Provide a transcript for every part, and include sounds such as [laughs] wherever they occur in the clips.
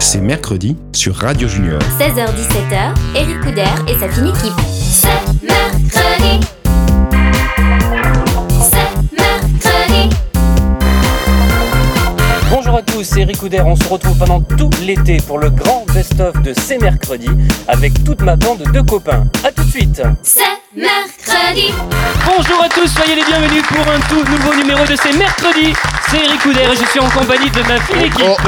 c'est mercredi sur Radio Junior. 16h-17h, Eric Couder et sa fine équipe. C'est mercredi. C'est mercredi. Bonjour à tous, c'est Eric Couder. On se retrouve pendant tout l'été pour le grand best-of de ces mercredis avec toute ma bande de copains. A tout de suite C'est mercredi. Bonjour à tous, soyez les bienvenus pour un tout nouveau numéro de ces mercredis. C'est Eric Couder et je suis en compagnie de ma fine équipe.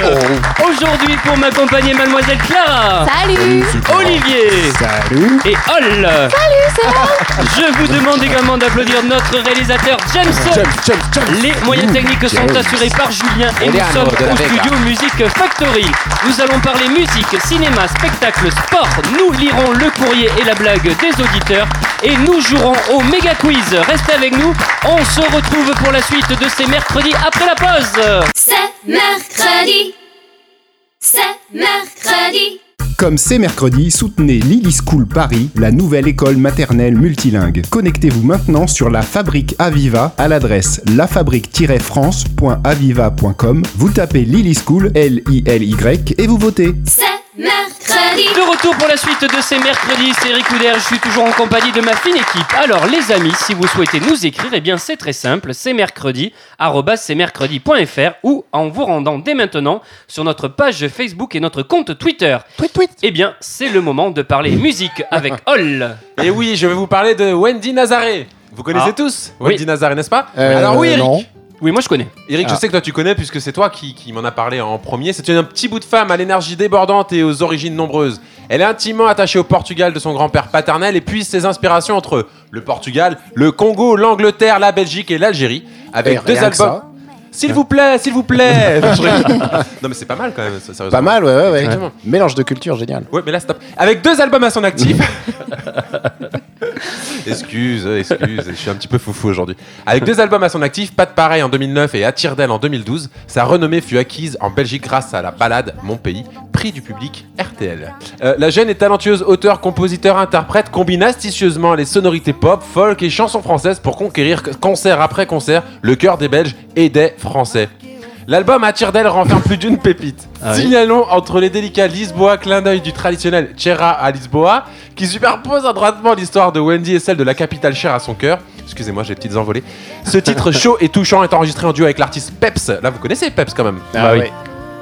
Aujourd'hui, pour m'accompagner, mademoiselle Clara. Salut Olivier Salut et Ol. Salut, Je vous demande également d'applaudir notre réalisateur Jameson. Les moyens techniques sont assurés par Julien et nous sommes au studio Music Factory. Nous allons parler musique, cinéma, spectacle, sport. Nous lirons le courrier et la blague des auditeurs et nous jouerons au méga quiz. Restez avec nous, on se retrouve pour la suite de ces mercredis après la pause. C'est mercredi. C'est mercredi. Comme c'est mercredi, soutenez Lily School Paris, la nouvelle école maternelle multilingue. Connectez-vous maintenant sur la Fabrique Aviva à l'adresse lafabrique-france.aviva.com. Vous tapez Lily School, L-I-L-Y, et vous votez. C'est mercredi. De retour pour la suite de ces mercredis, c'est Eric Couder, je suis toujours en compagnie de ma fine équipe. Alors les amis, si vous souhaitez nous écrire, eh bien c'est très simple, c'est mercredi, arobase cmercredi.fr ou en vous rendant dès maintenant sur notre page Facebook et notre compte Twitter. Tweet, tweet. Eh bien, c'est le moment de parler musique [laughs] avec Ol. Et oui, je vais vous parler de Wendy Nazaré. Vous connaissez Ah. tous Oui. Wendy Nazaré, n'est-ce pas Euh, Alors oui, Eric, non. Ah. Oui, moi je connais. Eric, je sais que toi tu connais puisque c'est toi qui, qui m'en a parlé en premier. C'est un petit bout de femme à l'énergie débordante et aux origines nombreuses. Elle est intimement attachée au Portugal de son grand-père paternel et puise ses inspirations entre le Portugal, le Congo, l'Angleterre, la Belgique et l'Algérie Et avec deux Eh, rien que albums. ça. S'il vous plaît, s'il [laughs] vous plaît. Je rigole. non mais c'est pas mal quand même, ça, sérieusement. Pas mal, ouais, ouais, ouais. Exactement. Mélange de culture, génial. Ouais, mais là, stop. Avec deux albums à son actif. excuse, excuse, je suis un petit peu foufou aujourd'hui. Avec deux albums à son actif, Pas de pareil en 2009 et Attire d'elle en 2012, sa renommée fut acquise en Belgique grâce à la balade Mon pays, prix du public RTL. Euh, la jeune et talentueuse auteure, compositeur, interprète combine astucieusement les sonorités pop, folk et chansons françaises pour conquérir concert après concert le cœur des Belges et des Français. L'album Attire d'elle renferme plus d'une pépite. Ah Signalons entre les délicats Lisboa, clin d'œil du traditionnel Chera à Lisboa, qui superpose adroitement l'histoire de Wendy et celle de la capitale chère à son cœur. Excusez-moi, j'ai des petites envolées. [laughs] Ce titre chaud et touchant est enregistré en duo avec l'artiste Peps. Là, vous connaissez Peps quand même. Ah oui.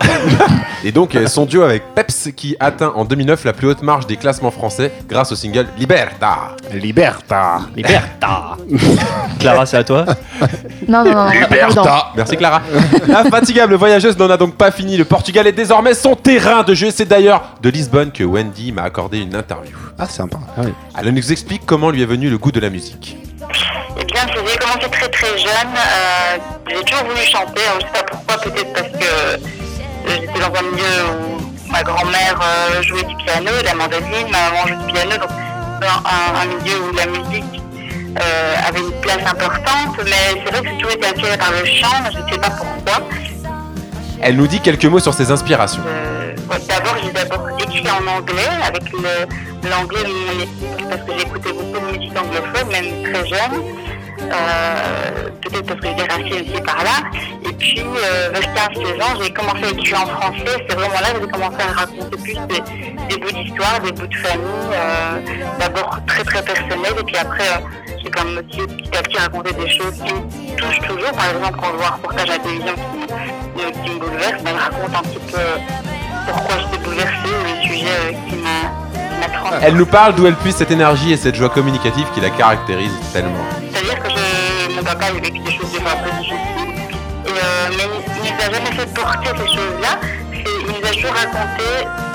[laughs] Et donc, euh, son duo avec Peps qui atteint en 2009 la plus haute marge des classements français grâce au single Liberta. Liberta. Liberta. Clara, c'est à toi Non, non, non. Liberta [laughs] Merci Clara. L'infatigable voyageuse n'en a donc pas fini. Le Portugal est désormais son terrain de jeu. C'est d'ailleurs de Lisbonne que Wendy m'a accordé une interview. Ah, sympa. Elle nous explique comment lui est venu le goût de la musique. Eh bien, ça, j'ai commencé très très jeune. Euh, j'ai toujours voulu chanter. Alors, je ne sais pas pourquoi, peut-être parce que euh, j'étais dans un milieu où ma grand-mère euh, jouait du piano, de la mandoline, ma maman jouait du piano. Donc, dans un, un milieu où la musique euh, avait une place importante. Mais c'est vrai que j'ai toujours été attirée par le chant. Je ne sais pas pourquoi. Elle nous dit quelques mots sur ses inspirations. Euh, ouais, d'abord, j'ai d'abord écrit en anglais avec le- l'anglais de mon époque parce que j'écoutais beaucoup de musique anglophone, même très jeune. Euh, Peut-être parce que j'ai racines aussi par là. Et puis, euh, vers 15-16 ans, j'ai commencé à écrire en français. C'est vraiment là que j'ai commencé à raconter plus des, des bouts d'histoire, des bouts de famille. euh, d'abord très très personnel et puis après, euh, j'ai quand même aussi petit à petit raconté des choses qui me touchent toujours. Par exemple, quand je vois un reportage à la télévision qui me euh, qui me bouleverse, ben, je raconte un petit peu pourquoi j'étais bouleversée, le sujet euh, qui m'a qui m'a transformée. Elle nous parle d'où elle puise cette énergie et cette joie communicative qui la caractérise tellement. C'est-à-dire que je, mon papa il vécu des choses déjà un peu difficiles, et, euh, mais il ne nous a jamais fait porter ces choses-là, C'est- il nous a toujours raconté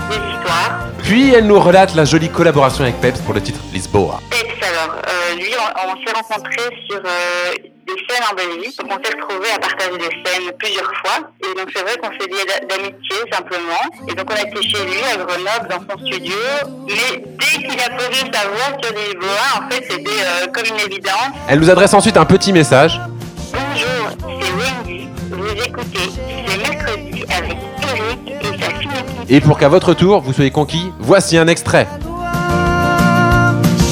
des histoires. Puis elle nous relate la jolie collaboration avec Peps pour le titre Lisboa. Peps alors, euh, lui on, on s'est rencontrés sur euh, des scènes en Belgique, donc on s'est retrouvés à partager des scènes plusieurs fois, et donc c'est vrai qu'on s'est liés d'a- d'amitié simplement, et donc on a été chez lui à Grenoble dans son studio, mais dès qu'il a posé sa voix sur Lisboa, en fait c'était euh, comme une évidence, Elle nous adresse ensuite un petit message. bonjour, c'est Wendy, vous écoutez, c'est mercredi avec Eric et sa fille équipe. Et pour qu'à votre tour, vous soyez conquis, voici un extrait.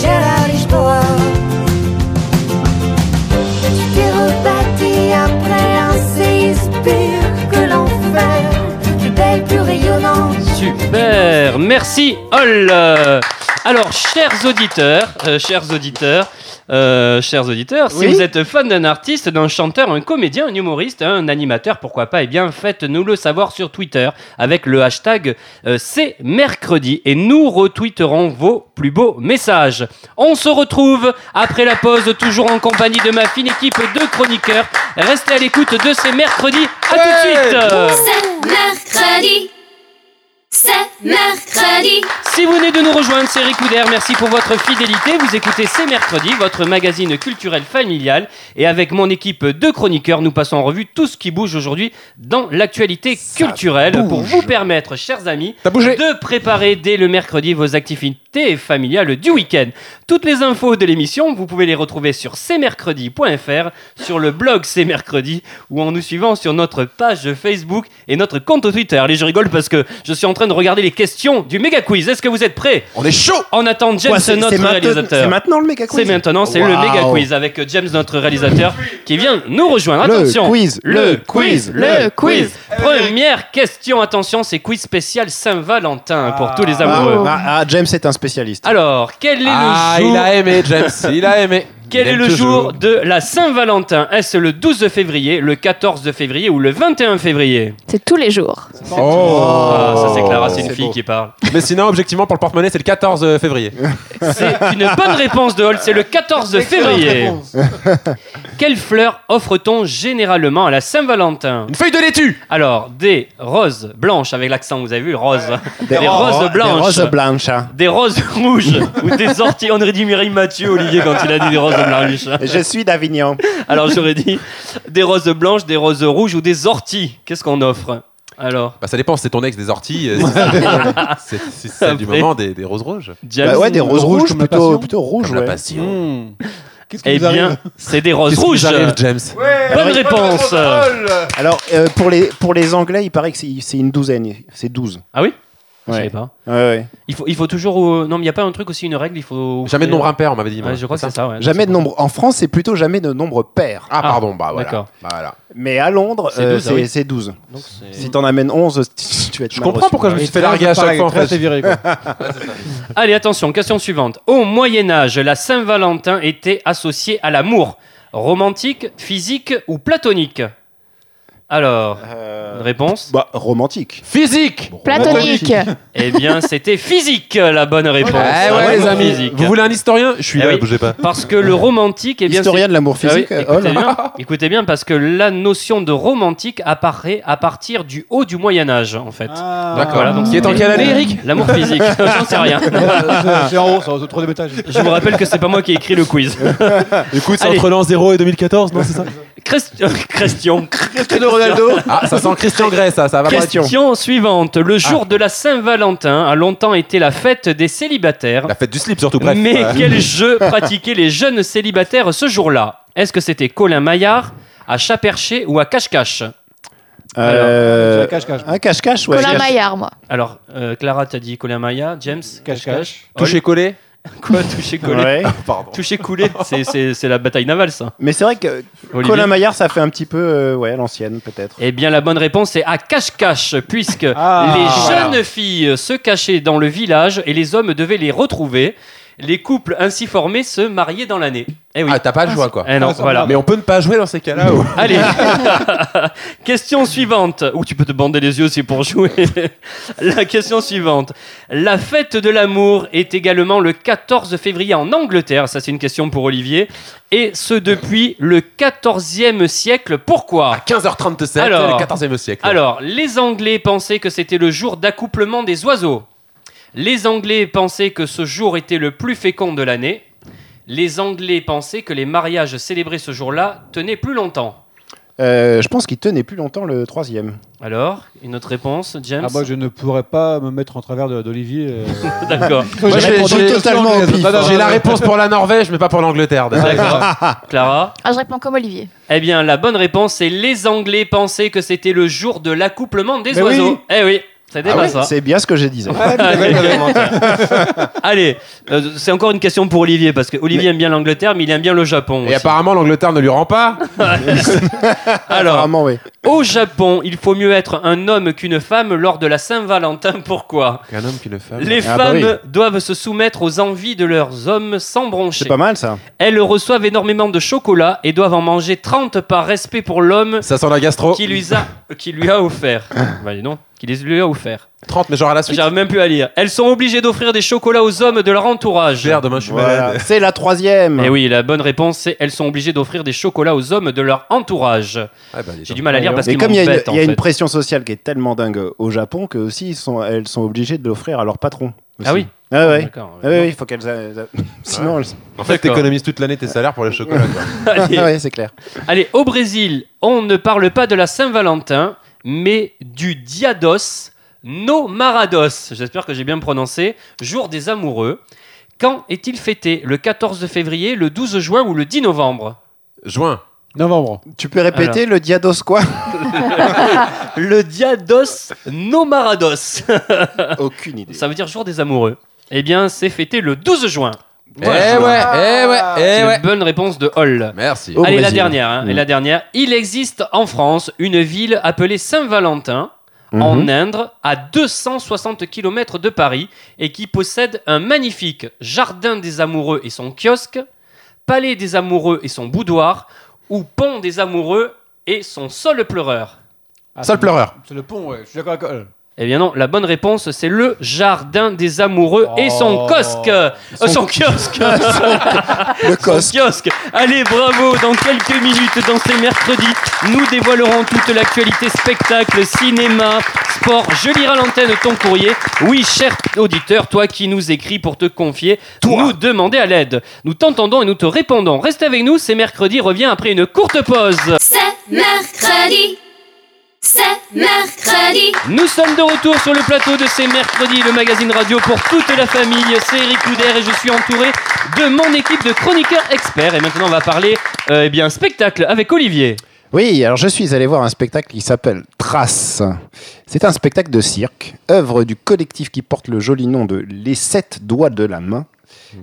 Cher à Lisboa, tu t'es rebâti après un séisme pire que l'enfer, plus belle, plus rayonnante. Super, merci Ol. Euh, Alors, chers auditeurs, euh, chers auditeurs, euh, chers auditeurs, si Oui. vous êtes fan d'un artiste, d'un chanteur, un comédien, un humoriste, un animateur, pourquoi pas, eh bien, faites-nous le savoir sur Twitter avec le hashtag euh, C'est mercredi et nous retweeterons vos plus beaux messages. On se retrouve après la pause, toujours en compagnie de ma fine équipe de chroniqueurs. Restez à l'écoute de ces mercredis. À tout de suite. C'est mercredi. C'est mercredi. Si vous venez de nous rejoindre, c'est Ricoudère. Merci pour votre fidélité. Vous écoutez C'est Mercredi, votre magazine culturel familial. Et avec mon équipe de chroniqueurs, nous passons en revue tout ce qui bouge aujourd'hui dans l'actualité culturelle pour vous permettre, chers amis, de préparer dès le mercredi vos activités familiales du week-end. Toutes les infos de l'émission, vous pouvez les retrouver sur cmercredi.fr, sur le blog C'est Mercredi ou en nous suivant sur notre page Facebook et notre compte Twitter. Allez, je rigole parce que je suis en train de regarder les questions du méga quiz. Est-ce que vous êtes prêts On est chaud On attend James, Quoi, c'est- notre c'est maintenant- réalisateur. c'est maintenant le méga quiz C'est maintenant, c'est le Waouh. méga quiz avec James, notre réalisateur, qui vient nous rejoindre. Le Attention quiz, le quiz, le quiz. Euh, Première question, attention, c'est quiz spécial Saint-Valentin pour tous les amoureux. Ah, ah, James est un spécialiste. Alors, quel est Ah, le jour il a aimé, James, il a aimé. Quel Il est aime le toujours. jour de la Saint-Valentin Est-ce le 12 février, le 14 de février ou le 21 février C'est tous les jours. Oh. Ah, ça c'est Clara, c'est une fille qui [laughs] parle. Mais sinon, objectivement, pour le porte-monnaie, c'est le 14 [laughs] février. C'est une bonne réponse de Hall, c'est le 14 février. [laughs] Quelle fleur offre-t-on généralement à la Saint-Valentin Une feuille de laitue Alors, des roses blanches, avec l'accent, vous avez vu, rose. Des, ro- roses blanches. Des roses blanches. hein. Des roses [laughs] rouges ou des orties. On aurait dit Mireille Mathieu, Olivier, quand il a dit des roses blanches. Je suis d'Avignon. Alors j'aurais dit des roses blanches, des roses rouges ou des orties. Qu'est-ce qu'on offre Alors Bah, ça dépend, c'est ton ex des [laughs] orties. euh, c'est- c'est- C'est celle du Après. moment des, des roses rouges. James. Bah ouais, des roses rouges, comme la plutôt, passion. plutôt rouges. Comme Ah, la ouais. passion. Mmh. Eh bien, c'est des roses Qu'est-ce qui rouges. nous arrive, James Bonne réponse. Alors, euh, pour, les, pour les Anglais, il paraît que c'est c'est une douzaine. C'est 12. Ah oui Je Ouais. savais pas. Ouais, ouais. Il faut, il faut toujours. euh, Non, mais il n'y a pas un truc aussi, une règle. Il faut. Jamais de nombre impair, on m'avait dit. moi. Ouais, Ah, je crois que c'est ça, ouais. Jamais de nombre. En France, c'est plutôt jamais de nombre pair. Ah, pardon, bah voilà. D'accord. Bah, voilà. Mais à Londres, C'est euh, 12, ah c'est oui. c'est 12. Donc, c'est- Si t'en amènes 11, tu vas être Je comprends pourquoi je me suis fait larguer à chaque fois en fait. Allez, attention, question suivante. Au Moyen-Âge, la Saint-Valentin était associée à l'amour. Romantique, physique ou platonique Alors, Euh, réponse Bah, romantique. Physique Platonique. Eh bien, c'était physique la bonne réponse. Eh ouais, les amis. Ah, Physique. Vous voulez un historien Je suis Eh là, oui. bougez pas. Parce que le romantique, eh bien, Historien c'est- de l'amour Ah oui, physique. euh, oh écoutez, là. bien, écoutez bien, parce que la notion de romantique apparaît à partir du haut du Moyen Âge, en fait. D'accord. Ah, Voilà, donc Ah. Qui est en c'était quelle année, Eric L'amour [laughs] physique, j'en sais rien. Ah, C'est en haut, c'est au troisième étage. Je vous rappelle que c'est pas moi qui ai écrit le quiz. [laughs] Du coup, c'est Allez. entre l'an 0 et 2014, non C'est ça Christ- [laughs] euh, Christian. [laughs] Cristiano Ronaldo. Ah, ça sent Christian Grey, ça, ça va pas. Question suivante. Le jour Ah. de la Saint-Valentin a longtemps été la fête des célibataires. La fête du slip, surtout, bref. Mais Euh, [laughs] quel jeu pratiquaient les jeunes célibataires ce jour-là Est-ce que c'était Colin Maillard, à chat perché ou à cache-cache Euh, Un cache-cache. Un cache-cache, ouais. Colin Maillard, moi. Alors, euh, Clara, t'as dit Colin Maillard, James Cache-cache. Touché collé Ol- Quoi Toucher collé Ouais. Pardon. Toucher coulé C'est- C'est c'est la bataille navale, ça. Mais c'est vrai que Olivier Colin Maillard, ça fait un petit peu euh, ouais, à l'ancienne, peut-être. Eh bien, la bonne réponse est à cache-cache, puisque Ah, les voilà. jeunes filles se cachaient dans le village et les hommes devaient les retrouver. Les couples ainsi formés se mariaient dans l'année. Eh oui. Ah, t'as pas le choix, quoi. Eh non, Ah, ça voilà. Mais on peut ne pas jouer dans ces cas-là. ou- Allez, [laughs] question suivante. Ou tu peux te bander les yeux, c'est pour jouer. [laughs] la question suivante. La fête de l'amour est également le 14 février en Angleterre. Ça, c'est une question pour Olivier. Et ce depuis le 14e siècle. Pourquoi À 15h37, Alors. le 14e siècle. Alors, les Anglais pensaient que c'était le jour d'accouplement des oiseaux. Les Anglais pensaient que ce jour était le plus fécond de l'année. Les Anglais pensaient que les mariages célébrés ce jour-là tenaient plus longtemps. Euh, je pense qu'il tenait plus longtemps le troisième. Alors, une autre réponse, James Ah, moi, je ne pourrais pas me mettre en travers de- d'Olivier. euh. [laughs] D'accord. Moi, J'ai j'ai- répondu j'ai- totalement au pif. Non, hein. non, J'ai non, la non. réponse pour la Norvège, mais pas pour l'Angleterre. Ah, déjà. D'accord. Clara Ah, je réponds comme Olivier. Eh bien, la bonne réponse, c'est les Anglais pensaient que c'était le jour de l'accouplement des Mais oiseaux. oui. Eh oui. Ça dépasse, hein. Ah C'est bien ce que je disais. [laughs] Allez, euh, c'est encore une question pour Olivier, parce que Olivier aime bien l'Angleterre, mais il aime bien le Japon. Et apparemment, l'Angleterre ne lui rend pas. Alors, au Japon, il faut mieux être un homme qu'une femme lors de la Saint-Valentin. [laughs] Pourquoi Un homme qu'une femme. Les femmes doivent se soumettre aux envies de leurs hommes sans broncher. C'est pas mal ça. Elles reçoivent énormément de chocolat et doivent en manger 30 par respect pour l'homme [laughs] Ça sent la gastro. qui, lui a- qui lui a offert. bah, dis donc, qui les lui a offert. 30, mais genre à la suite. J'arrive même plus à lire. Elles sont obligées d'offrir des chocolats aux hommes de leur entourage. demain je suis Voilà. C'est la troisième. Et Eh oui, la bonne réponse, c'est elles sont obligées d'offrir des chocolats aux hommes de leur entourage. Ah, bah, J'ai du mal à lire parce Mais qu'ils comme il y a, une, m'embêtent, en il y a une fait. pression sociale qui est tellement dingue au Japon que aussi ils sont, elles sont obligées de l'offrir à leur patron. aussi. Ah oui. Ah ouais. D'accord. Ah oui, il faut qu'elles. a- a- [laughs] Sinon, elles- En fait, t'économises toute l'année tes salaires pour les chocolats. [laughs] quoi. Allez. Ah ouais, c'est clair. Allez, au Brésil, on ne parle pas de la Saint-Valentin, mais du Diados no Marados. J'espère que j'ai bien prononcé. Jour des amoureux. Quand est-il fêté Le 14 de février, le 12 juin ou le 10 novembre Juin. Novembre. Tu peux répéter Alors. le diados quoi [laughs] le Diados no Marados. [laughs] Aucune idée. Ça veut dire jour des amoureux. Eh bien, c'est fêté le 12 juin. Eh ouais, eh ouais, eh C'est une ouais. bonne réponse de Hall. Merci. Allez, la dernière. hein, et la dernière. Il existe en France une ville appelée Saint-Valentin, en Mhm. Indre, à 260 km de Paris, et qui possède un magnifique jardin des amoureux et son kiosque, palais des amoureux et son boudoir, ou pont des amoureux et son sol pleureur. Ah, Sol pleureur. C'est le pont, ouais. Je suis d'accord avec elle. Eh bien non, la bonne réponse c'est le jardin des amoureux et Oh. son kiosque. Euh, Son, kiosque. le kiosque. Allez, bravo. Dans quelques minutes, dans ces mercredis, nous dévoilerons toute l'actualité spectacle, cinéma, sport. Je lirai à l'antenne ton courrier. Oui, cher auditeur, toi qui nous écris pour te confier, nous demander à l'aide. Nous t'entendons et nous te répondons. Reste avec nous, c'est mercredi, revient après une courte pause. mercredi, c'est mercredi. Nous sommes de retour sur le plateau de ces mercredis, le magazine radio pour toute la famille. C'est Eric Couder et je suis entouré de mon équipe de chroniqueurs experts. Et maintenant, on va parler euh, eh bien, spectacle avec Olivier. Oui, alors je suis allé voir un spectacle qui s'appelle Trace. C'est un spectacle de cirque, œuvre du collectif qui porte le joli nom de Les Sept Doigts de la Main.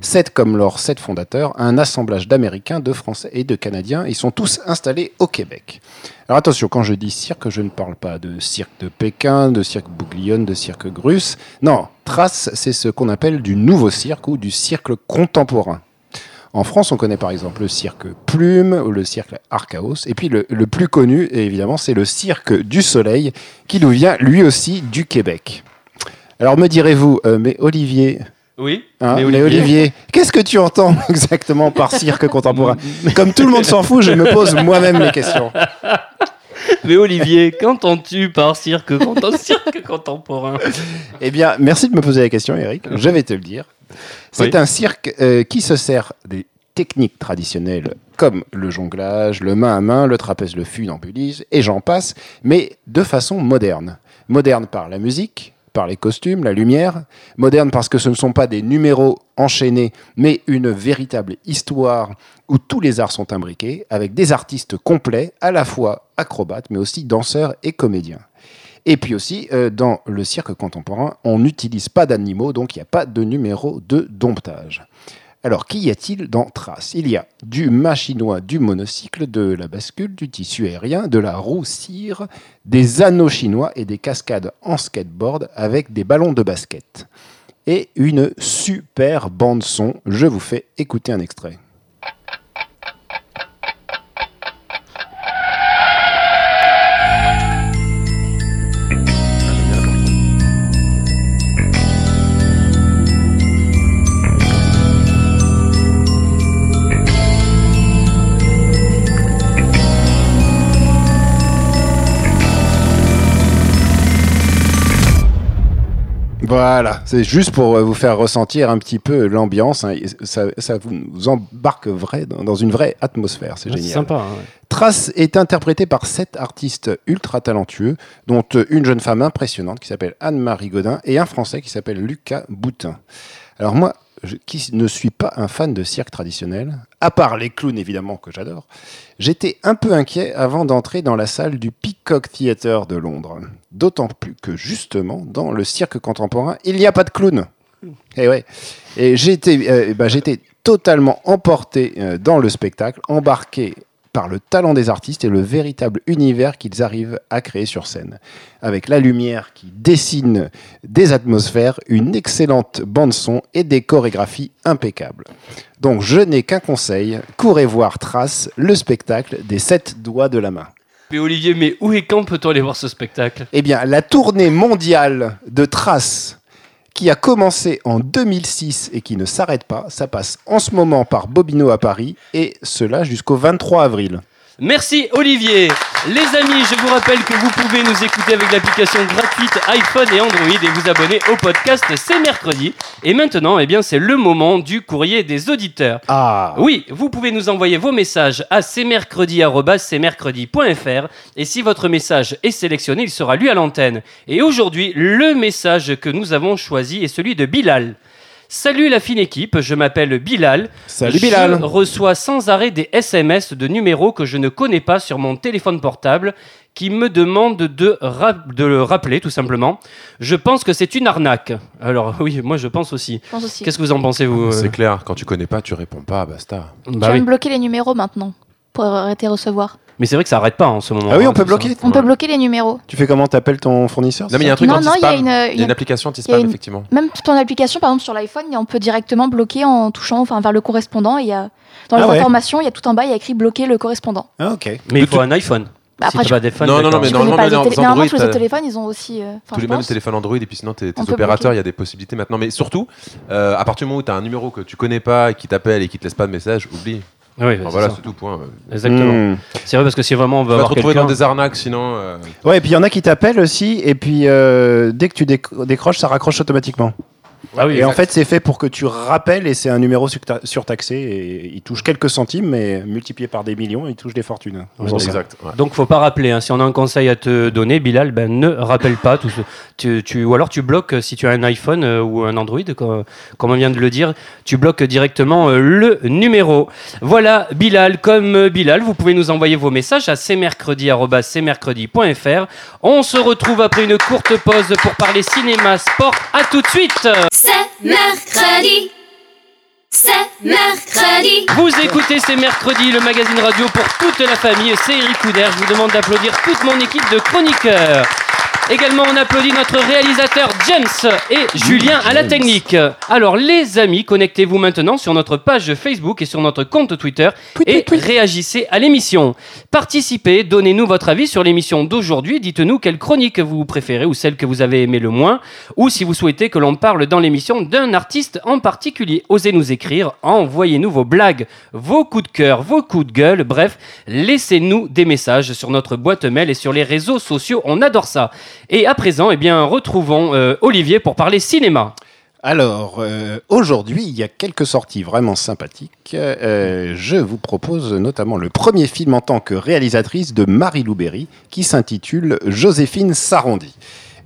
Sept comme leurs sept fondateurs, un assemblage d'Américains, de Français et de Canadiens. Ils sont tous installés au Québec. Alors attention, quand je dis cirque, je ne parle pas de cirque de Pékin, de cirque Bouglione, de cirque Grusse. Non, Trace, c'est ce qu'on appelle du nouveau cirque ou du cirque contemporain. En France, on connaît par exemple le cirque Plume ou le cirque Archaos. Et puis le, le plus connu, évidemment, c'est le cirque du Soleil, qui nous vient lui aussi du Québec. Alors me direz-vous, euh, mais Olivier, Oui. hein, mais Olivier, qu'est-ce que tu entends [laughs] exactement par cirque [laughs] contemporain Comme tout le monde s'en fout, je me pose moi-même les questions. [laughs] Mais Olivier, qu'entends-tu par cirque, contem- [laughs] cirque contemporain Eh bien, merci de me poser la question, Eric. Je vais te le dire. C'est Oui. un cirque euh, qui se sert des techniques traditionnelles comme le jonglage, le main à main, le trapèze, le funambulisme, et j'en passe, mais de façon moderne. Moderne par la musique, par les costumes, la lumière, moderne parce que ce ne sont pas des numéros enchaînés, mais une véritable histoire où tous les arts sont imbriqués, avec des artistes complets, à la fois acrobates, mais aussi danseurs et comédiens. Et puis aussi, euh, dans le cirque contemporain, on n'utilise pas d'animaux, donc il n'y a pas de numéro de domptage. Alors, qu'y a-t-il dans Trace Il y a du machinois, du monocycle, de la bascule, du tissu aérien, de la roue cire, des anneaux chinois et des cascades en skateboard avec des ballons de basket. Et une super bande-son. Je vous fais écouter un extrait. Voilà, c'est juste pour euh, vous faire ressentir un petit peu l'ambiance. hein, et Ça, ça vous vous embarque vrai, dans dans une vraie atmosphère, c'est Ouais, c'est génial. sympa, hein, ouais. Trace est interprété par sept artistes ultra talentueux, dont euh, une jeune femme impressionnante qui s'appelle Anne-Marie Godin et un Français qui s'appelle Lucas Boutin. Alors moi, je- qui ne suis pas un fan de cirque traditionnel, à part les clowns évidemment que j'adore, j'étais un peu inquiet avant d'entrer dans la salle du Peacock Theatre de Londres. D'autant plus que justement, dans le cirque contemporain, il n'y a pas de clown. Et ouais. Et j'étais, euh, bah, j'étais totalement emporté euh, dans le spectacle, embarqué par le talent des artistes et le véritable univers qu'ils arrivent à créer sur scène. Avec la lumière qui dessine des atmosphères, une excellente bande-son et des chorégraphies impeccables. Donc je n'ai qu'un conseil, courez voir Trace, le spectacle des sept doigts de la main. Mais Olivier, mais où et quand peut-on aller voir ce spectacle Eh bien, la tournée mondiale de Trace, qui a commencé en 2006 et qui ne s'arrête pas, ça passe en ce moment par Bobino à Paris, et cela jusqu'au 23 avril. Merci Olivier. Les amis, je vous rappelle que vous pouvez nous écouter avec l'application gratuite iPhone et Android et vous abonner au podcast c'est mercredi. Et maintenant, eh bien, c'est le moment du courrier des auditeurs. Ah Bah Oui, vous pouvez nous envoyer vos messages à cmercredi@cmercredi.fr et si votre message est sélectionné, il sera lu à l'antenne. Et aujourd'hui, le message que nous avons choisi est celui de Bilal. Salut la fine équipe, je m'appelle Bilal. Salut, Bilal. Je reçois sans arrêt des SMS de numéros que je ne connais pas sur mon téléphone portable qui me demandent de, rap- de le rappeler tout simplement. Je pense que c'est une arnaque. Alors [laughs] oui, moi je pense aussi. Je pense aussi. Qu'est-ce que vous en pensez vous euh, C'est clair, quand tu connais pas, tu réponds pas, basta. Bah tu vas oui. me bloquer les numéros maintenant pour arrêter de recevoir. Mais c'est vrai que ça arrête pas en ce moment. Ah oui, hein, on peut tout ça. bloquer On peut bloquer les numéros. Tu fais comment T'appelles ton fournisseur Non, mais il y a un truc Non, non, il y a anti-spam. une- Il y a une une- application il y a anti-spam, une- effectivement. Même ton application, par exemple sur l'iPhone, on peut directement bloquer en touchant enfin, vers le correspondant. et Il y a, dans les Ah ouais. informations, il y a tout en bas, il y a écrit bloquer le correspondant. Ah, ok. Mais il faut un iPhone. Bah, si après, t'as pas d'iPhone, Non, non, d'accord. non, mais Je non, connais non, pas mais les non, télé- sans Normalement, Android, tous les t'as- autres téléphones, ils ont aussi. euh, enfin, Tous les je mêmes pense. téléphones Android et puis sinon tes, tes On peut opérateurs, bloquer. il y a des possibilités maintenant. Mais surtout, euh, à partir du moment où tu as un numéro que tu connais pas et qui t'appelle et qui te laisse pas de message, oublie. Oui, bah, Enfin, c'est voilà, ça. c'est tout, point. Exactement. Hmm. C'est vrai parce que si vraiment on Tu veut vas te avoir retrouver quelqu'un. dans des arnaques sinon. euh, Ouais, et puis il y en a qui t'appellent aussi, et puis euh, dès que tu déc- décroches, ça raccroche automatiquement. Ah oui, et en exact. fait, c'est fait pour que tu rappelles, et c'est un numéro surta- surtaxé, et il touche quelques centimes, mais multiplié par des millions, il touche des fortunes. Ouais, C'est pour ça. Exact. ouais. Donc faut pas rappeler. hein. Si on a un conseil à te donner, Bilal, ben ne rappelle pas tout ce. Tu, tu- ou alors tu bloques euh, si tu as un iPhone euh, ou un Android, co- comme on vient de le dire, tu bloques directement euh, le numéro. Voilà, Bilal, comme euh, Bilal, vous pouvez nous envoyer vos messages à cmercredi@cmercredi.fr. On se retrouve après une courte pause pour parler cinéma, sport. À tout de suite. C'est mercredi. C'est mercredi. Vous écoutez, c'est mercredi, le magazine radio pour toute la famille. C'est Eric Couder. Je vous demande d'applaudir toute mon équipe de chroniqueurs. Également, on applaudit notre réalisateur James et Julien à la technique. Alors, les amis, connectez-vous maintenant sur notre page Facebook et sur notre compte Twitter et réagissez à l'émission. Participez, donnez-nous votre avis sur l'émission d'aujourd'hui. Dites-nous quelle chronique vous préférez ou celle que vous avez aimée le moins, ou si vous souhaitez que l'on parle dans l'émission d'un artiste en particulier. Osez nous écrire, envoyez-nous vos blagues, vos coups de cœur, vos coups de gueule, bref, laissez-nous des messages sur notre boîte mail et sur les réseaux sociaux. On adore ça. Et à présent, eh bien, retrouvons euh, Olivier pour parler cinéma. Alors, euh, aujourd'hui, il y a quelques sorties vraiment sympathiques. Euh, je vous propose notamment le premier film en tant que réalisatrice de Marie Louberry, qui s'intitule Joséphine Sarondi.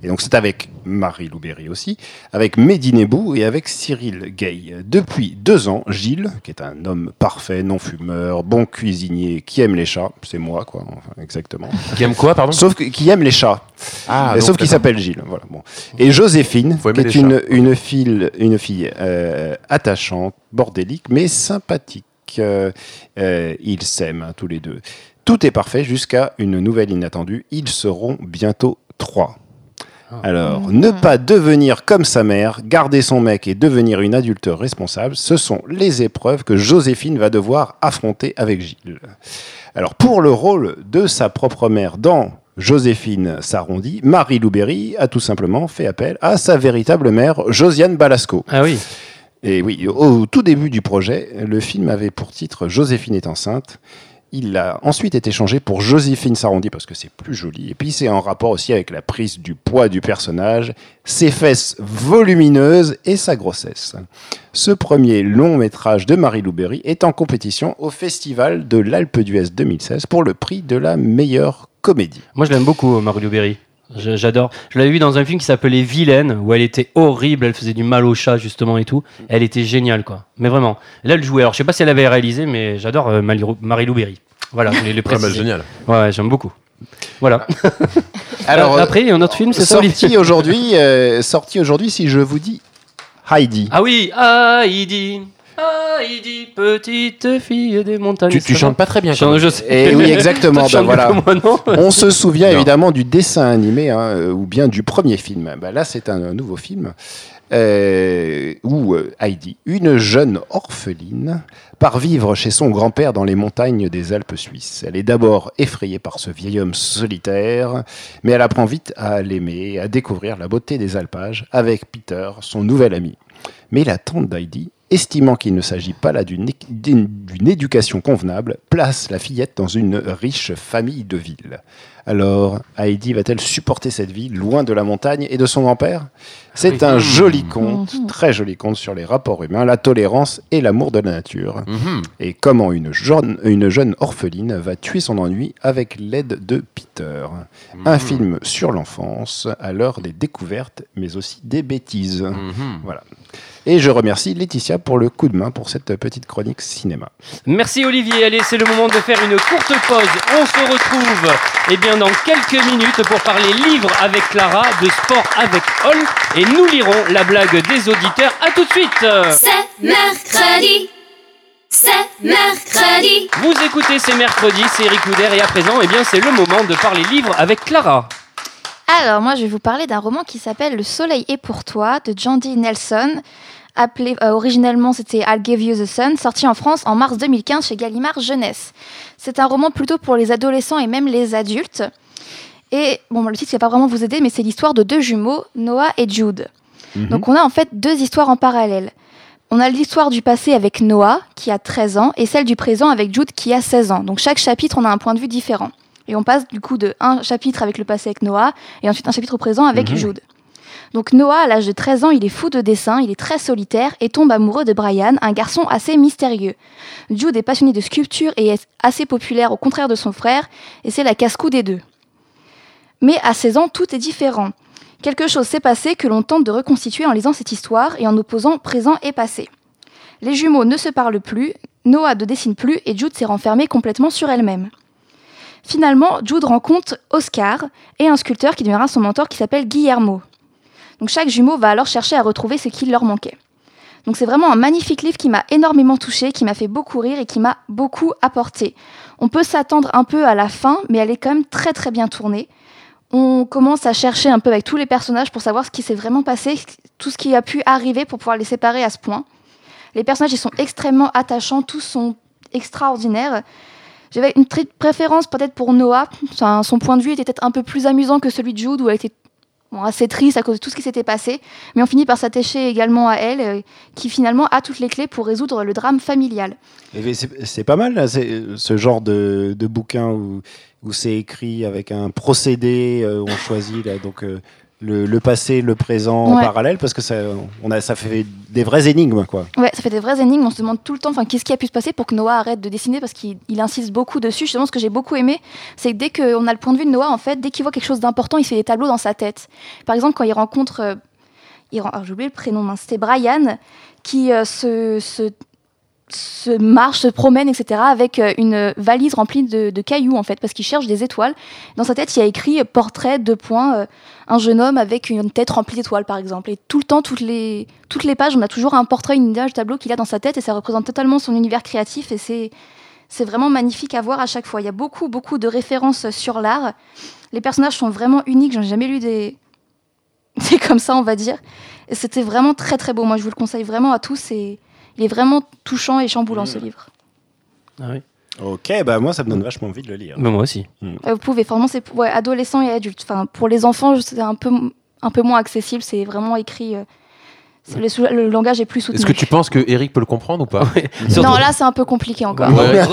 Et donc c'est avec Marie Louberry aussi, avec Mehdi Nebou et avec Cyril Gay. Depuis deux ans, Gilles, qui est un homme parfait, non fumeur, bon cuisinier, qui aime les chats, c'est moi quoi, enfin, exactement. Qui aime quoi, pardon Sauf que- qui aime les chats. Ah, Euh, donc, sauf qu'il d'accord. s'appelle Gilles. Voilà, bon. Et Joséphine, Faut aimer qui est les une, une fille, une fille euh, attachante, bordélique, mais sympathique. Euh, euh, ils s'aiment hein, tous les deux. Tout est parfait jusqu'à une nouvelle inattendue. Ils seront bientôt trois. Ah. Alors, ne pas devenir comme sa mère, garder son mec et devenir une adulte responsable, ce sont les épreuves que Joséphine va devoir affronter avec Gilles. Alors, pour le rôle de sa propre mère dans Joséphine s'arrondit, Marie Louberry a tout simplement fait appel à sa véritable mère, Josiane Balasco. Ah oui. Et oui, au tout début du projet, le film avait pour titre Joséphine est enceinte. Il a ensuite été changé pour Joséphine s'arrondit parce que c'est plus joli. Et puis c'est en rapport aussi avec la prise du poids du personnage, ses fesses volumineuses et sa grossesse. Ce premier long métrage de Marie Louberry est en compétition au Festival de l'Alpe d'Huez 2016 pour le prix de la meilleure comédie. Moi, je l'aime beaucoup, euh, Mario Berry. Je- J'adore. Je l'avais vu dans un film qui s'appelait Vilaine, où elle était horrible, elle faisait du mal au chat, justement, et tout. Elle était géniale, quoi. Mais vraiment. Là, elle jouait. Alors, je sais pas si elle avait réalisé, mais j'adore euh, Malirou- Marie-Lou Berry. Voilà, je [laughs] voulais le Ah bah, préciser. génial. Ouais, ouais, j'aime beaucoup. Voilà. Alors, euh, Alors, après, il y a un autre film, c'est ça Olivier Sorti aujourd'hui, euh, sorti aujourd'hui, si je vous dis Heidi. Ah oui, Heidi. Heidi, petite fille des montagnes. Tu- tu Ça va chantes pas très bien, Je- quand même. je sais. Et oui, exactement, [laughs] Tu chantes ben mieux que voilà. moi, non On se souvient évidemment du dessin animé hein, euh, ou bien du premier film. Bah, là, c'est un, un nouveau film euh, où euh, Heidi, une jeune orpheline, part vivre chez son grand-père dans les montagnes des Alpes suisses. Elle est d'abord effrayée par ce vieil homme solitaire, mais elle apprend vite à l'aimer, à découvrir la beauté des alpages avec Peter, son nouvel ami. Mais la tante d'Heidi, estimant qu'il ne s'agit pas là d'une éc- d'une d'une éducation convenable, place la fillette dans une riche famille de ville. Alors, Heidi va-t-elle supporter cette vie loin de la montagne et de son grand-père C'est Ah un oui. joli conte, très joli conte sur les rapports humains, la tolérance et l'amour de la nature. Mm-hmm. Et comment une jeune, une jeune orpheline va tuer son ennui avec l'aide de Peter. Mhm. Un Mm-hmm. film sur l'enfance, à l'heure des découvertes, mais aussi des bêtises. Voilà. Et je remercie Laetitia pour le coup de main pour cette petite chronique cinéma. Merci Olivier. Allez, c'est le moment de faire une courte pause. On se retrouve eh bien, dans quelques minutes pour parler livres avec Clara, de sport avec Hall. Et nous lirons la blague des auditeurs. À tout de suite. C'est mercredi. C'est mercredi. Vous écoutez, c'est mercredi, c'est Eric Couder. Et à présent, eh bien, c'est le moment de parler livres avec Clara. Alors, moi, je vais vous parler d'un roman qui s'appelle Le soleil est pour toi de Jandy Nelson. Appelé, euh, originellement, c'était I'll Give You the Sun, sorti en France en mars 2015 chez Gallimard Jeunesse. C'est un roman plutôt pour les adolescents et même les adultes. Et bon, le titre ne va pas vraiment vous aider, mais c'est l'histoire de deux jumeaux, Noah et Jude. Donc, on a en fait deux histoires en parallèle. On a l'histoire du passé avec Noah, qui a 13 ans, et celle du présent avec Jude, qui a 16 ans. Donc chaque chapitre, on a un point de vue différent. Et on passe du coup de un chapitre avec le passé avec Noah, et ensuite un chapitre au présent avec Mhm. Jude. Donc Noah, à l'âge de 13 ans, il est fou de dessin, il est très solitaire et tombe amoureux de Brian, un garçon assez mystérieux. Jude est passionné de sculpture et est assez populaire au contraire de son frère, et c'est la casse-cou des deux. Mais à 16 ans, tout est différent. Quelque chose s'est passé que l'on tente de reconstituer en lisant cette histoire et en opposant présent et passé. Les jumeaux ne se parlent plus, Noah ne dessine plus et Jude s'est renfermée complètement sur elle-même. Finalement, Jude rencontre Oscar et un sculpteur qui deviendra son mentor qui s'appelle Guillermo. Donc chaque jumeau va alors chercher à retrouver ce qui leur manquait. Donc c'est vraiment un magnifique livre qui m'a énormément touchée, qui m'a fait beaucoup rire et qui m'a beaucoup apporté. On peut s'attendre un peu à la fin, mais elle est quand même très très bien tournée. On commence à chercher un peu avec tous les personnages pour savoir ce qui s'est vraiment passé, tout ce qui a pu arriver pour pouvoir les séparer à ce point. Les personnages, ils sont extrêmement attachants, tous sont extraordinaires. J'avais une petite préférence peut-être pour Noah. Enfin, son point de vue était peut-être un peu plus amusant que celui de Jude, où elle était bon, assez triste à cause de tout ce qui s'était passé. Mais on finit par s'attacher également à elle, euh, qui finalement a toutes les clés pour résoudre le drame familial. C'est c'est pas mal, là, c'est- ce genre de, de bouquin où, où c'est écrit avec un procédé, euh, on choisit là, donc, euh, le, le passé, le présent en Ouais. parallèle, parce que ça, on a, ça fait des vraies énigmes. Quoi. Ouais, ça fait des vraies énigmes. On se demande tout le temps, enfin, qu'est-ce qui a pu se passer pour que Noah arrête de dessiner parce qu'il il insiste beaucoup dessus. Justement, ce que j'ai beaucoup aimé, c'est que dès qu'on a le point de vue de Noah, en fait, dès qu'il voit quelque chose d'important, il se fait des tableaux dans sa tête. Par exemple, quand il rencontre, euh, il ren- ah, j'ai oublié le prénom, mince, c'était Brian, qui euh, se, se se marche, se promène, etc. avec euh, une valise remplie de, de cailloux en fait, parce qu'il cherche des étoiles. Dans sa tête, il y a écrit euh, portrait de points, euh, un jeune homme avec une tête remplie d'étoiles par exemple. Et tout le temps, toutes les toutes les pages, on a toujours un portrait, une image, tableau qu'il a dans sa tête, et ça représente totalement son univers créatif. Et c'est c'est vraiment magnifique à voir à chaque fois. Il y a beaucoup beaucoup de références sur l'art. Les personnages sont vraiment uniques. J'en ai jamais lu des [laughs] c'est comme ça, on va dire. Et C'était vraiment très très beau. Moi, je vous le conseille vraiment à tous. Et il est vraiment touchant et chamboulant ce livre. Ok, bah moi ça me donne vachement envie de le lire. Mais moi aussi. Euh, vous pouvez, vraiment, c'est pour ouais, adolescents et adultes. Enfin, pour les enfants, c'est un peu, un peu moins accessible. C'est vraiment écrit. euh, C'est Le, sou- le langage est plus soutenu. Est-ce que tu penses que Eric peut le comprendre ou pas Non, là, c'est un peu compliqué encore. Ouais.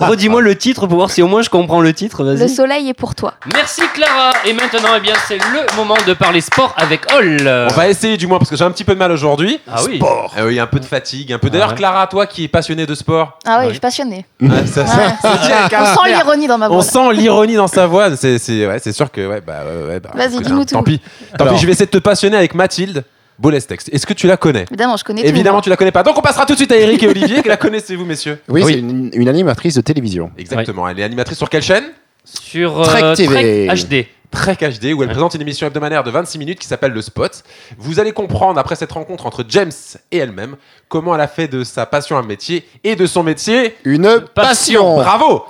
Redis-moi le titre pour voir si au moins je comprends le titre. Le Vas-y. soleil est pour toi. Merci Clara. Et maintenant, eh bien, c'est le moment de parler sport avec Ol. On va essayer du moins parce que j'ai un petit peu de mal aujourd'hui. Ah oui. Sport. Ah oui, un peu de fatigue, un peu. D'ailleurs, Clara, toi qui es passionnée de sport. Ah oui, je suis passionnée. Mm-hmm. Ouais, ça, ça- Ouais. ça dit avec un On sent air. l'ironie dans ma voix. On sent [laughs] l'ironie dans sa voix. C'est c'est- ouais, c'est sûr que ouais bah ouais, ouais, bah, Vas-y, écoute, dis-nous hein, Tant tout. pis. Tant Alors. pis, je vais essayer de te passionner avec Mathilde Bolestex. Est-ce que tu la connais Évidemment, je connais tout. Évidemment, tu la connais pas. Donc on passera tout de suite à Eric et Olivier. que la connaissez-vous, messieurs Oui, c'est une, une animatrice de télévision. Exactement. Elle est animatrice sur quelle chaîne Sur Trek euh, TV. Trek HD. Trek HD, où elle présente une émission hebdomadaire de 26 minutes qui s'appelle Le Spot. Vous allez comprendre, après cette rencontre entre James et elle-même, comment elle a fait de sa passion un métier et de son métier une passion. Bravo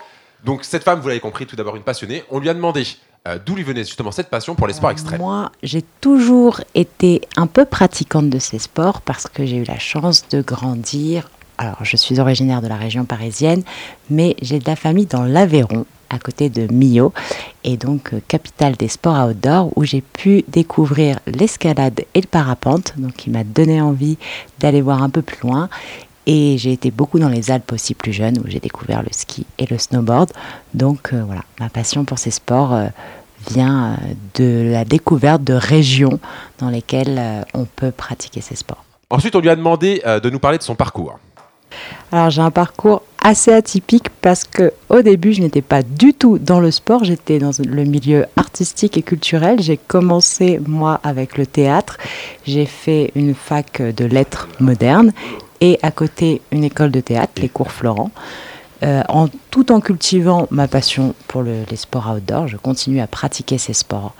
Donc, cette femme, vous l'avez compris, tout d'abord une passionnée. On lui a demandé euh, d'où lui venait justement cette passion pour les Mmh. sports extrêmes. Moi, j'ai toujours été un peu pratiquante de ces sports parce que j'ai eu la chance de grandir. Alors, je suis originaire de la région parisienne, mais j'ai de la famille dans l'Aveyron, à côté de Millau, et donc euh, capitale des sports outdoor, où j'ai pu découvrir l'escalade et le parapente, donc qui m'a donné envie d'aller voir un peu plus loin. Et j'ai été beaucoup dans les Alpes aussi plus jeune, où j'ai découvert le ski et le snowboard. Donc euh, voilà, ma passion pour ces sports euh, vient euh, de la découverte de régions dans lesquelles euh, on peut pratiquer ces sports. Ensuite, on lui a demandé euh, de nous parler de son parcours. Alors j'ai un parcours assez atypique parce que au début je n'étais pas du tout dans le sport, j'étais dans le milieu artistique et culturel. J'ai commencé moi avec le théâtre, j'ai fait une fac de lettres modernes et à côté une école de théâtre, les cours Florent. Euh, en, tout en cultivant ma passion pour le- les sports outdoor, je continue à pratiquer ces sports.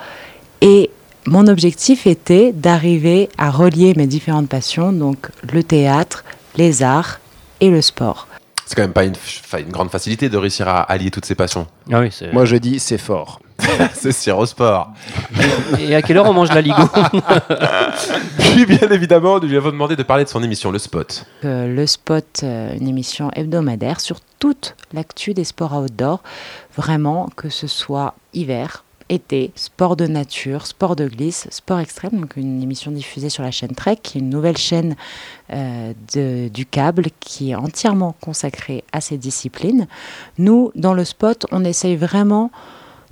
Et mon objectif était d'arriver à relier mes différentes passions, donc le théâtre, les arts et le sport. C'est quand même pas une, f- fa- une grande facilité de réussir à allier toutes ses passions. Ah oui, c'est- Moi, je dis c'est fort. c'est Sport. Et à quelle heure on mange la [laughs] Ligo Ah. Puis, bien évidemment, nous lui avons demandé de parler de son émission Le Spot. Euh, le spot, euh, une émission hebdomadaire sur toute l'actu des sports outdoor, vraiment que ce soit hiver, été, sport de nature, sport de glisse, sport extrême, donc une émission diffusée sur la chaîne Trek, qui est une nouvelle chaîne euh, de- du câble qui est entièrement consacrée à ces disciplines. Nous, dans le spot, on essaye vraiment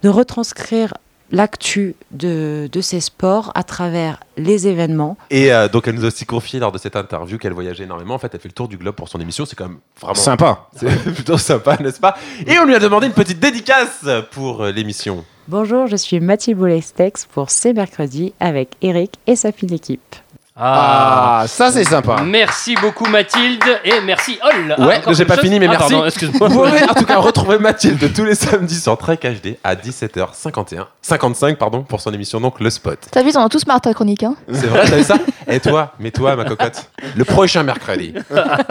de retranscrire l'actu de, de ces sports à travers les événements Et euh, donc, elle nous a aussi confié lors de cette interview qu'elle voyageait énormément. En fait, elle fait le tour du globe pour son émission. C'est quand même vraiment. Sympa. [laughs] C'est plutôt sympa, n'est-ce pas Et on lui a demandé une petite dédicace pour euh, l'émission. Bonjour, je suis Mathilde Boulestex pour C'est mercredi avec Eric et sa fine équipe. Ah, ça, c'est sympa. Merci beaucoup Mathilde et merci Ol. Ah, ouais, encore j'ai quelque pas chose fini, mais Ah, merci. pardon, [laughs] excuse-moi. Vous pouvez en tout cas retrouver Mathilde tous les samedis sur Trek HD à 17h51, 55 pardon, pour son émission donc Le Spot. T'as vu, ils en ont tous marre de ta chronique. Hein C'est vrai, t'as vu ça Et toi, mais toi, ma cocotte, le prochain mercredi,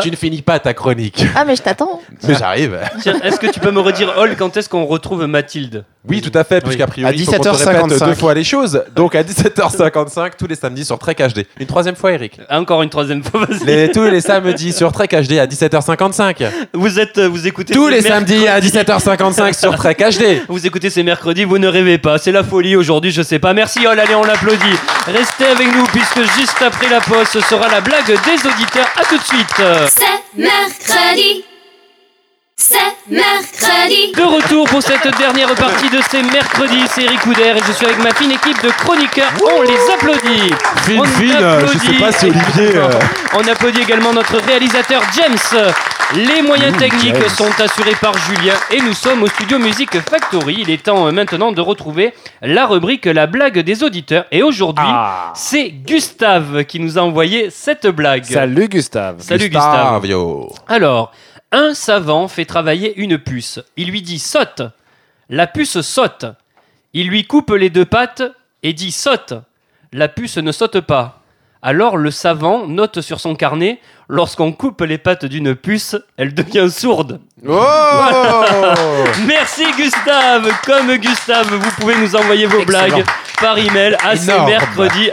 tu ne finis pas ta chronique. Ah, mais je t'attends. Mais j'arrive. Tiens, est-ce que tu peux me redire Ol quand est-ce qu'on retrouve Mathilde Oui, tout à fait, puisqu'a priori, il faut qu'on te répète deux fois les choses. Donc à 17h55, tous les samedis sur Trek HD. Une troisième fois, Eric. Ah, Encore une troisième fois, vas-y. Les- tous les samedis sur Trek HD à 17h55. Vous êtes, euh, vous écoutez Tous ces les samedis à 17h55 sur Trek HD. Vous écoutez ces mercredis, vous ne rêvez pas, c'est la folie aujourd'hui, je sais pas. Merci Ol, allez, on l'applaudit. Restez avec nous puisque juste après la pause, ce sera la blague des auditeurs. À tout de suite. C'est mercredi. C'est mercredi. De retour pour cette dernière partie de ces mercredis, c'est Eric Couder et je suis avec ma fine équipe de chroniqueurs. On les applaudit. Fine, on fine, euh, je sais pas si Olivier, euh, On applaudit également notre réalisateur James. Les moyens techniques Mmh, James. sont assurés par Julien et nous sommes au studio Music Factory. Il est temps euh, maintenant de retrouver la rubrique La blague des auditeurs. Et aujourd'hui, Ah. Ah. c'est Gustave qui nous a envoyé cette blague. Salut Gustave. Salut, Gustave. Yo. Alors, un savant fait travailler une puce. Il lui dit saute. La puce saute. Il lui coupe les deux pattes et dit saute. La puce ne saute pas. Alors le savant note sur son carnet lorsqu'on coupe les pattes d'une puce, elle devient sourde. Oh Voilà. Merci Gustave. Comme Gustave, vous pouvez nous envoyer vos Excellent. blagues par email à Énorme. mercredi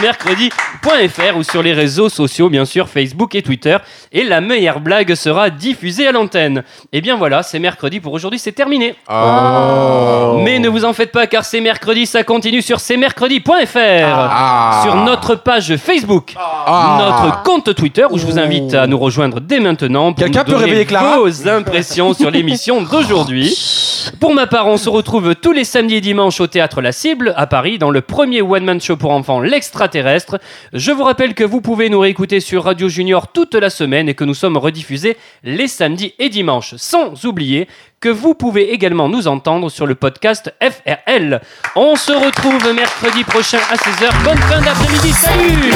mercredi.fr ou sur les réseaux sociaux, bien sûr, Facebook et Twitter. Et la meilleure blague sera diffusée à l'antenne. Et bien voilà, c'est mercredi pour aujourd'hui, c'est terminé. Oh. Oh Mais ne vous en faites pas car c'est mercredi, ça continue sur cmercredi.fr. Ah. Sur notre page page Facebook, Ah. notre compte Twitter, où je vous invite à nous rejoindre dès maintenant pour Oh. Quelqu'un nous peut donner réveiller Clara vos impressions sur [laughs] l'émission d'aujourd'hui. Pour ma part, on se retrouve tous les samedis et dimanches au Théâtre La Cible, à Paris, dans le premier one-man show pour enfants, L'Extraterrestre. Je vous rappelle que vous pouvez nous réécouter sur Radio Junior toute la semaine et que nous sommes rediffusés les samedis et dimanches. Sans oublier que vous pouvez également nous entendre sur le podcast FRL. On se retrouve mercredi prochain à 16h. Bonne fin d'après-midi. Salut